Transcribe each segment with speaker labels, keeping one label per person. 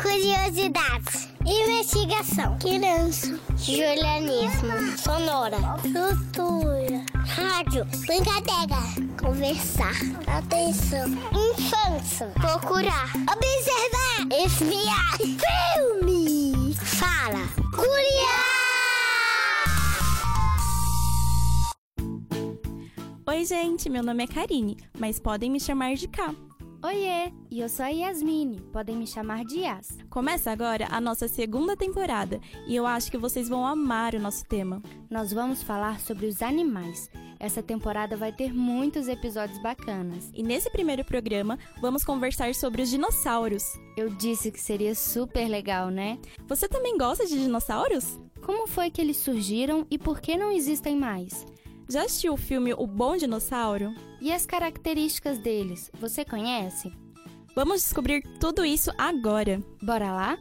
Speaker 1: Curiosidades. Investigação. Criança. Julianismo. Sonora. Cultura. Rádio. Brincadeira. Conversar. Atenção. Infância. Procurar. Observar. Espiar. Filme. Fala. Curiar.
Speaker 2: Oi, gente. Meu nome é Karine, mas podem me chamar de K.
Speaker 3: Oiê, e eu sou a Yasmine, podem me chamar de Yas.
Speaker 2: Começa agora a nossa segunda temporada e eu acho que vocês vão amar o nosso tema.
Speaker 3: Nós vamos falar sobre os animais. Essa temporada vai ter muitos episódios bacanas.
Speaker 2: E nesse primeiro programa, vamos conversar sobre os dinossauros.
Speaker 3: Eu disse que seria super legal, né?
Speaker 2: Você também gosta de dinossauros?
Speaker 3: Como foi que eles surgiram e por que não existem mais?
Speaker 2: Já assistiu o filme O Bom Dinossauro?
Speaker 3: E as características deles, você conhece?
Speaker 2: Vamos descobrir tudo isso agora.
Speaker 3: Bora lá?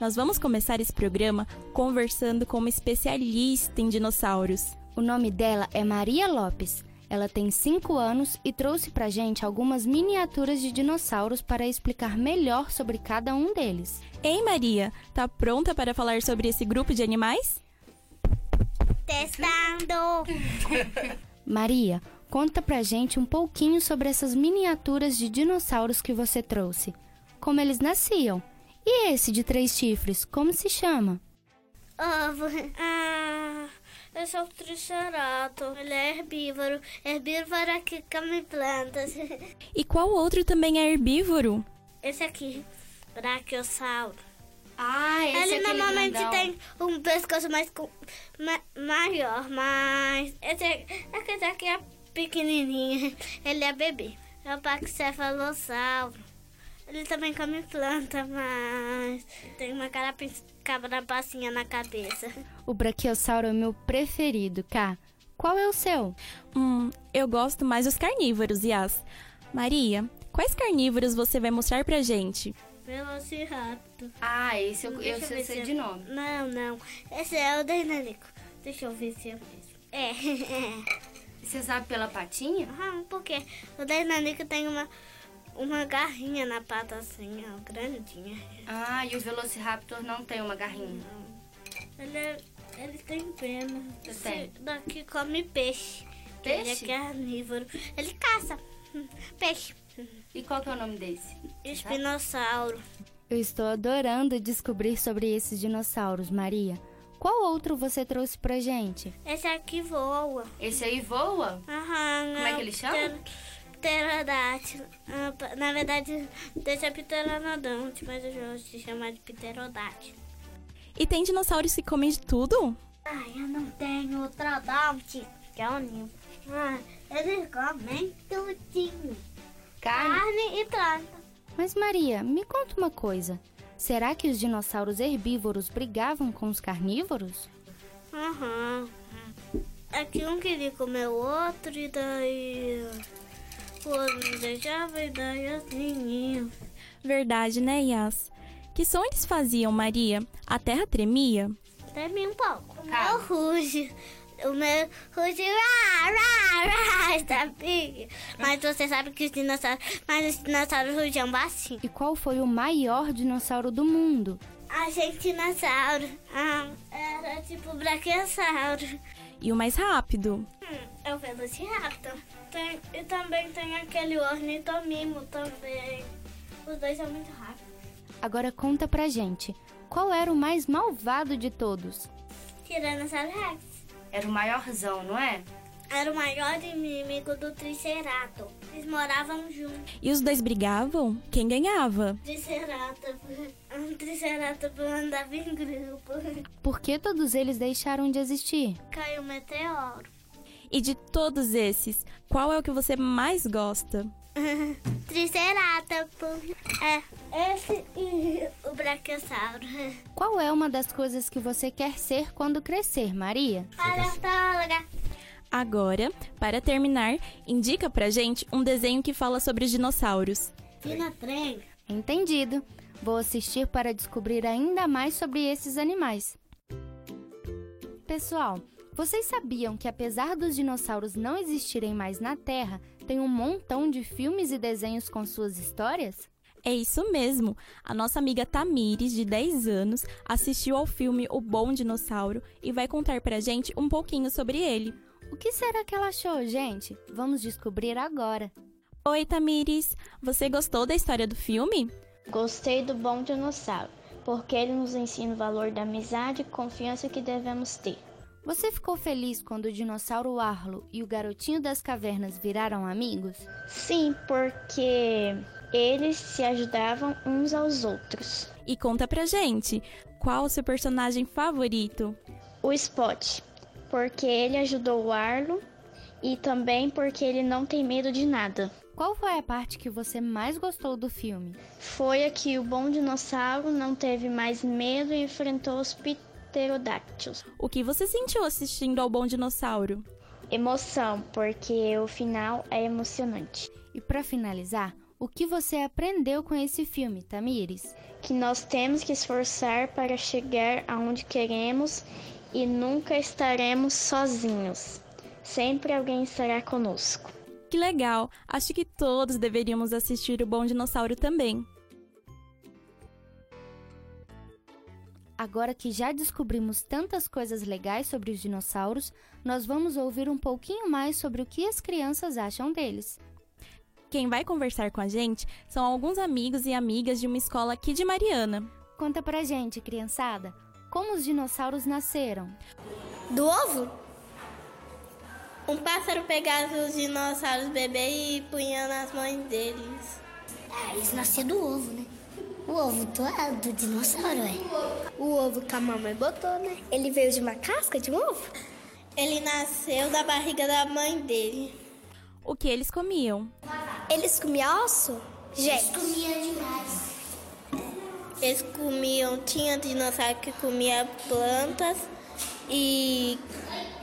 Speaker 2: Nós vamos começar esse programa conversando com uma especialista em dinossauros.
Speaker 3: O nome dela é Maria Lopes. Ela tem 5 anos e trouxe pra gente algumas miniaturas de dinossauros para explicar melhor sobre cada um deles.
Speaker 2: Ei, Maria, tá pronta para falar sobre esse grupo de animais?
Speaker 1: Testando!
Speaker 3: Maria, conta pra gente um pouquinho sobre essas miniaturas de dinossauros que você trouxe. Como eles nasciam? E esse de três chifres, como se chama?
Speaker 4: Ovo. Ah, eu sou o triceratops. Ele é herbívoro. Herbívoro é que come plantas.
Speaker 2: E qual outro também é herbívoro?
Speaker 4: Esse aqui, Brachiosauro.
Speaker 3: Ah, esse
Speaker 4: Ele normalmente tem um pescoço mais com- ma- maior, mas esse aqui, aqui é pequenininho. Ele é bebê. É o Paxefalossauro. Ele também come planta, mas tem uma carapacinha na cabeça.
Speaker 3: O braquiossauro é o meu preferido, Ká. Qual é o seu?
Speaker 2: Hum, eu gosto mais dos carnívoros, Yas. Maria, quais carnívoros você vai mostrar pra gente?
Speaker 4: Velociraptor.
Speaker 3: Ah, esse
Speaker 4: Deixa ver se é Não, não. Esse é o Deinanico. Deixa eu ver se é o mesmo. É.
Speaker 3: Você sabe pela patinha?
Speaker 4: ah, porque o Deinanico tem uma, uma garrinha na pata assim, ó, grandinha.
Speaker 3: Ah, e o Velociraptor não tem uma garrinha.
Speaker 4: Ele, é- ele tem pena. Esse
Speaker 3: Tem.
Speaker 4: daqui come peixe. Ele é
Speaker 3: Peixe?
Speaker 4: carnívoro. Ele caça peixe.
Speaker 3: E qual que é o nome desse?
Speaker 4: Espinossauro.
Speaker 3: Eu estou adorando descobrir sobre esses dinossauros, Maria. Qual outro você trouxe pra gente?
Speaker 4: Esse aqui voa.
Speaker 3: Esse aí voa?
Speaker 4: Aham.
Speaker 3: Como é que ele
Speaker 4: o
Speaker 3: chama?
Speaker 4: pter- Pterodátilo. Ah, pa- Na verdade, deixa pteranodonte, mas eu gosto de chamar de pterodátilo.
Speaker 2: E tem dinossauros que comem de tudo?
Speaker 4: Ai, eu não tenho odonte, que é o ninho. Ah, eles comem tudinho. Carne e planta.
Speaker 3: Mas Maria, me conta uma coisa. Será que os dinossauros herbívoros brigavam com os carnívoros?
Speaker 4: Aham. Aqui um queria comer o outro e daí... O outro não deixava e daí assim ninhos.
Speaker 2: Verdade, né, Yas? Que som eles faziam, Maria? A terra tremia?
Speaker 4: Treme um pouco. O
Speaker 3: Tá.
Speaker 4: meu ruge. O meu ruge. Rá, rá, rá, está big. Mas você sabe que os dinossauros. Mas os dinossauros rugiam baixinho.
Speaker 3: E qual foi o maior dinossauro do mundo?
Speaker 4: A gente dinossauro. Ah, era tipo braquiossauro.
Speaker 2: E o mais rápido?
Speaker 4: Hum, é o Velociraptor. Tem, e também tem aquele ornitomimo também. Os dois são muito rápidos.
Speaker 3: Agora conta pra gente. Qual era o mais malvado de todos?
Speaker 4: Tiranossauro Rex.
Speaker 3: Era o maiorzão, não é?
Speaker 4: Era o maior inimigo do Triceratops. Eles moravam juntos.
Speaker 2: E os dois brigavam? Quem ganhava?
Speaker 4: Triceratops. Um Triceratops andava em grupo.
Speaker 3: Por que todos eles deixaram de existir?
Speaker 4: Caiu um meteoro.
Speaker 2: E de todos esses, qual é o que você mais gosta?
Speaker 4: Triceratops. É, esse e o Brachiosauro.
Speaker 3: Qual é uma das coisas que você quer ser quando crescer, Maria?
Speaker 4: Paleontóloga.
Speaker 2: Agora, para terminar, indica pra gente um desenho que fala sobre os dinossauros.
Speaker 4: Fina trem.
Speaker 3: Entendido. Vou assistir para descobrir ainda mais sobre esses animais. Pessoal, vocês sabiam que apesar dos dinossauros não existirem mais na Terra, tem um montão de filmes e desenhos com suas histórias?
Speaker 2: É isso mesmo! A nossa amiga Tamires, de 10 anos, assistiu ao filme O Bom Dinossauro e vai contar pra gente um pouquinho sobre ele.
Speaker 3: O que será que ela achou, gente? Vamos descobrir agora.
Speaker 2: Oi, Tamires! Você gostou da história do filme?
Speaker 5: Gostei do Bom Dinossauro, porque ele nos ensina o valor da amizade e confiança que devemos ter.
Speaker 3: Você ficou feliz quando o dinossauro Arlo e o garotinho das cavernas viraram amigos?
Speaker 5: Sim, porque eles se ajudavam uns aos outros.
Speaker 2: E conta pra gente, qual o seu personagem favorito?
Speaker 5: O Spot, porque ele ajudou o Arlo e também porque ele não tem medo de nada.
Speaker 3: Qual foi a parte que você mais gostou do filme?
Speaker 5: Foi a que o bom dinossauro não teve mais medo e enfrentou os pterodáctilos.
Speaker 2: O que você sentiu assistindo ao Bom Dinossauro?
Speaker 5: Emoção, porque o final é emocionante.
Speaker 3: E para finalizar, o que você aprendeu com esse filme, Tamires?
Speaker 5: Que nós temos que esforçar para chegar aonde queremos e nunca estaremos sozinhos. Sempre alguém estará conosco.
Speaker 2: Que legal! Acho que todos deveríamos assistir o Bom Dinossauro também.
Speaker 3: Agora que já descobrimos tantas coisas legais sobre os dinossauros, nós vamos ouvir um pouquinho mais sobre o que as crianças acham deles.
Speaker 2: Quem vai conversar com a gente são alguns amigos e amigas de uma escola aqui de Mariana.
Speaker 3: Conta pra gente, criançada, como os dinossauros nasceram.
Speaker 4: Do ovo? Um pássaro pegava os dinossauros bebê e punha nas mães deles.
Speaker 1: Ah, eles nasceram do ovo, né? O ovo do, do dinossauro, é. O ovo que a mamãe botou, né? Ele veio de uma casca de um ovo?
Speaker 4: Ele nasceu da barriga da mãe dele.
Speaker 2: O que eles comiam?
Speaker 1: Eles comiam osso? Gente.
Speaker 4: Eles comiam, tinha dinossauro que comia plantas e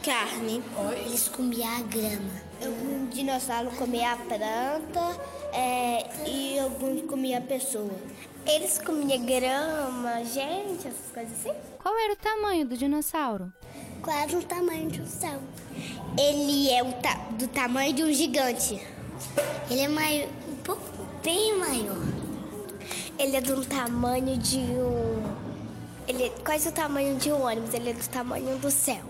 Speaker 4: carne.
Speaker 1: Eles comiam a grama. Algum um dinossauro comia a planta é, e alguns comia a pessoa. Eles comiam grama, gente, essas coisas assim.
Speaker 3: Qual era o tamanho do dinossauro?
Speaker 1: Quase o tamanho de um céu. Ele é o ta- do tamanho de um gigante. Ele é maior, um pouco bem maior. Ele é do tamanho de um. Ele é quase o tamanho de um ônibus, ele é do tamanho do céu.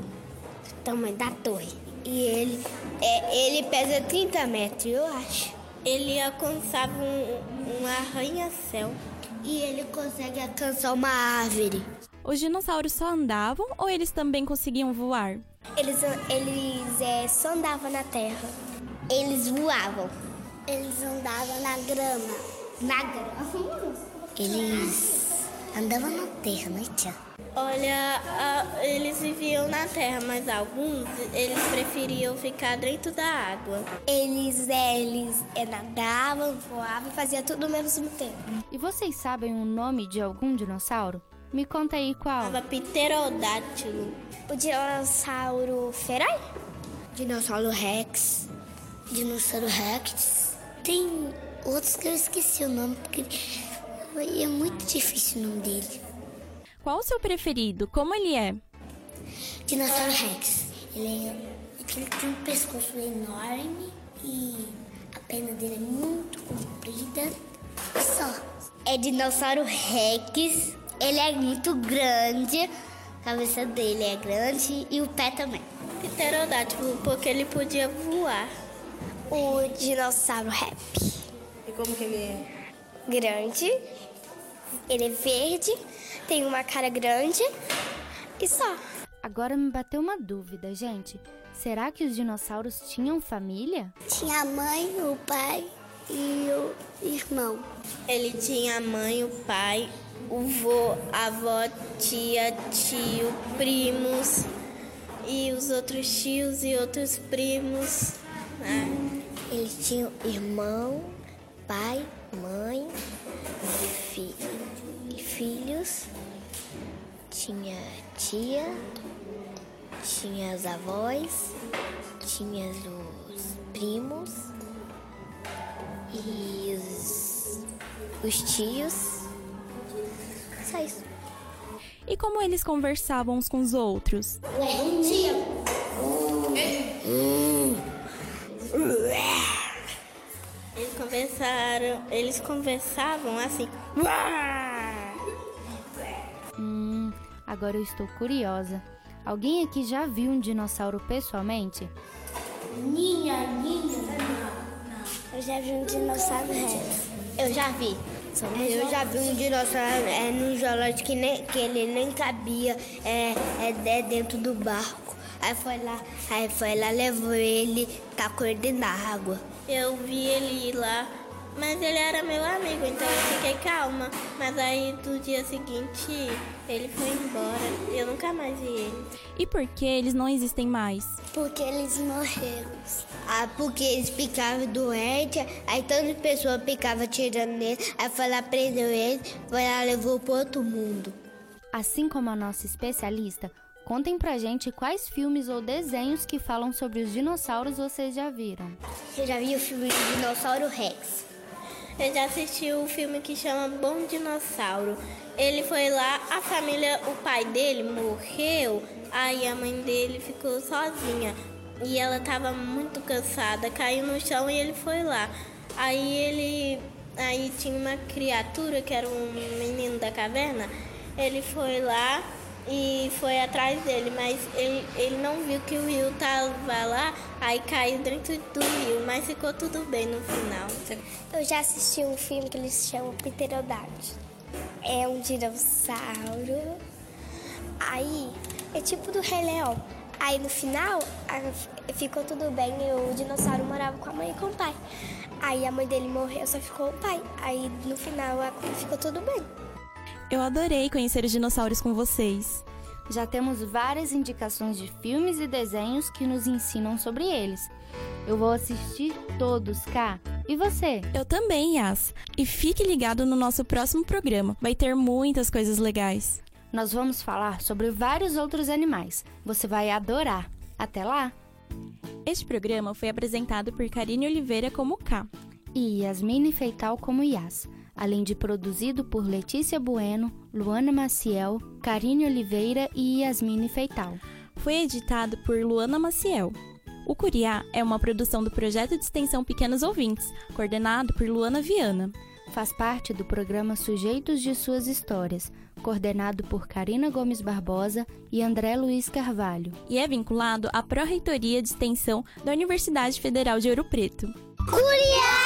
Speaker 1: Do tamanho da torre. E ele. É, ele pesa 30 metros, eu acho.
Speaker 4: Ele alcançava um, um arranha-céu.
Speaker 1: E ele consegue alcançar uma árvore.
Speaker 2: Os dinossauros só andavam ou eles também conseguiam voar?
Speaker 1: Eles, eles é, só andavam na terra. Eles voavam. Eles andavam na grama. Na grama? Eles andavam na terra, né, tia?
Speaker 4: Olha, a- eles viviam na terra, mas alguns eles preferiam ficar dentro da água.
Speaker 1: Eles, é, eles é, nadavam, voavam e faziam tudo ao mesmo tempo.
Speaker 3: E vocês sabem o nome de algum dinossauro? Me conta aí qual.
Speaker 4: Tava pterodátilo.
Speaker 1: O dinossauro ferai? Dinossauro rex. Dinossauro rex. Tem outros que eu esqueci o nome, porque é muito difícil o nome dele.
Speaker 2: Qual o seu preferido? Como ele é?
Speaker 1: Dinossauro Rex. Ele, é, é que ele tem um pescoço enorme e a perna dele é muito comprida. Só. É dinossauro Rex. Ele é muito grande. A cabeça dele é grande e o pé também.
Speaker 4: Pterodátilo, porque ele podia voar.
Speaker 1: O dinossauro Rap. E como que ele é? Grande. Ele é verde. Tem uma cara grande. E só.
Speaker 3: Agora me bateu uma dúvida, gente. Será que os dinossauros tinham família?
Speaker 1: Tinha a mãe, o pai e o irmão.
Speaker 4: Ele tinha a mãe, o pai, o vô, a avó, tia, tio, primos e os outros tios e outros primos. né?
Speaker 1: Ele tinha irmão, pai, mãe, fi- filhos, tinha tia, tinha as avós, tinha os primos e os, os tios. Só isso.
Speaker 2: E como eles conversavam uns com os outros?
Speaker 4: Eles conversavam
Speaker 1: conversaram, eles conversavam assim. "Uá!"
Speaker 3: Hum, agora eu estou curiosa. Alguém aqui já viu um dinossauro pessoalmente?
Speaker 6: Ninha, ninha. Eu já vi um dinossauro reto.
Speaker 1: Eu já vi. Eu já vi um dinossauro é, num zoológico que, nem, que ele nem cabia é, é, é dentro do barco. Aí foi lá, aí foi lá, levou ele, tacou ele na água. Eu vi ele ir lá, mas ele era meu amigo, então eu fiquei calma. Mas aí do dia seguinte ele foi embora. Eu nunca mais vi ele.
Speaker 2: E por que eles não existem mais?
Speaker 6: Porque eles morreram.
Speaker 1: Ah, porque eles ficavam doentes, aí toda pessoa ficava tirando ele, aí foi lá, prendeu ele, foi lá, levou pro outro mundo.
Speaker 3: Assim como a nossa especialista, contem pra gente quais filmes ou desenhos que falam sobre os dinossauros vocês já viram.
Speaker 6: Eu já vi o filme do Dinossauro Rex.
Speaker 1: Eu já assisti o filme que chama Bom Dinossauro. Ele foi lá, a família, o pai dele morreu, aí a mãe dele ficou sozinha. E ela tava muito cansada, caiu no chão e ele foi lá. Aí ele. Aí tinha uma criatura que era um menino da caverna. Ele foi lá e foi atrás dele, mas ele, ele não viu que o rio tava lá, aí caiu dentro do rio, mas ficou tudo bem no final.
Speaker 6: Eu já assisti um filme que eles chamam Pterodáctilo. É um dinossauro. Aí, é tipo do Rei Leão. Aí no final, a- ficou tudo bem e o dinossauro morava com a mãe e com o pai. Aí a mãe dele morreu, só ficou o pai. Aí no final a- ficou tudo bem.
Speaker 2: Eu adorei conhecer os dinossauros com vocês.
Speaker 3: Já temos várias indicações de filmes e desenhos que nos ensinam sobre eles. Eu vou assistir todos, Cá. E você?
Speaker 2: Eu também, Yas. E fique ligado no nosso próximo programa. Vai ter muitas coisas legais.
Speaker 3: Nós vamos falar sobre vários outros animais. Você vai adorar. Até lá!
Speaker 2: Este programa foi apresentado por Karine Oliveira como K.
Speaker 3: e Yasmine Feital como Yas, além de produzido por Letícia Bueno, Luana Maciel, Karine Oliveira e Yasmine Feital.
Speaker 2: Foi editado por Luana Maciel. O Curiá é uma produção do projeto de extensão Pequenos Ouvintes, coordenado por Luana Viana.
Speaker 3: Faz parte do programa Sujeitos de Suas Histórias, coordenado por Karina Gomes Barbosa e André Luiz Carvalho.
Speaker 2: E é vinculado à Pró-Reitoria de Extensão da Universidade Federal de Ouro Preto.
Speaker 6: Curiar!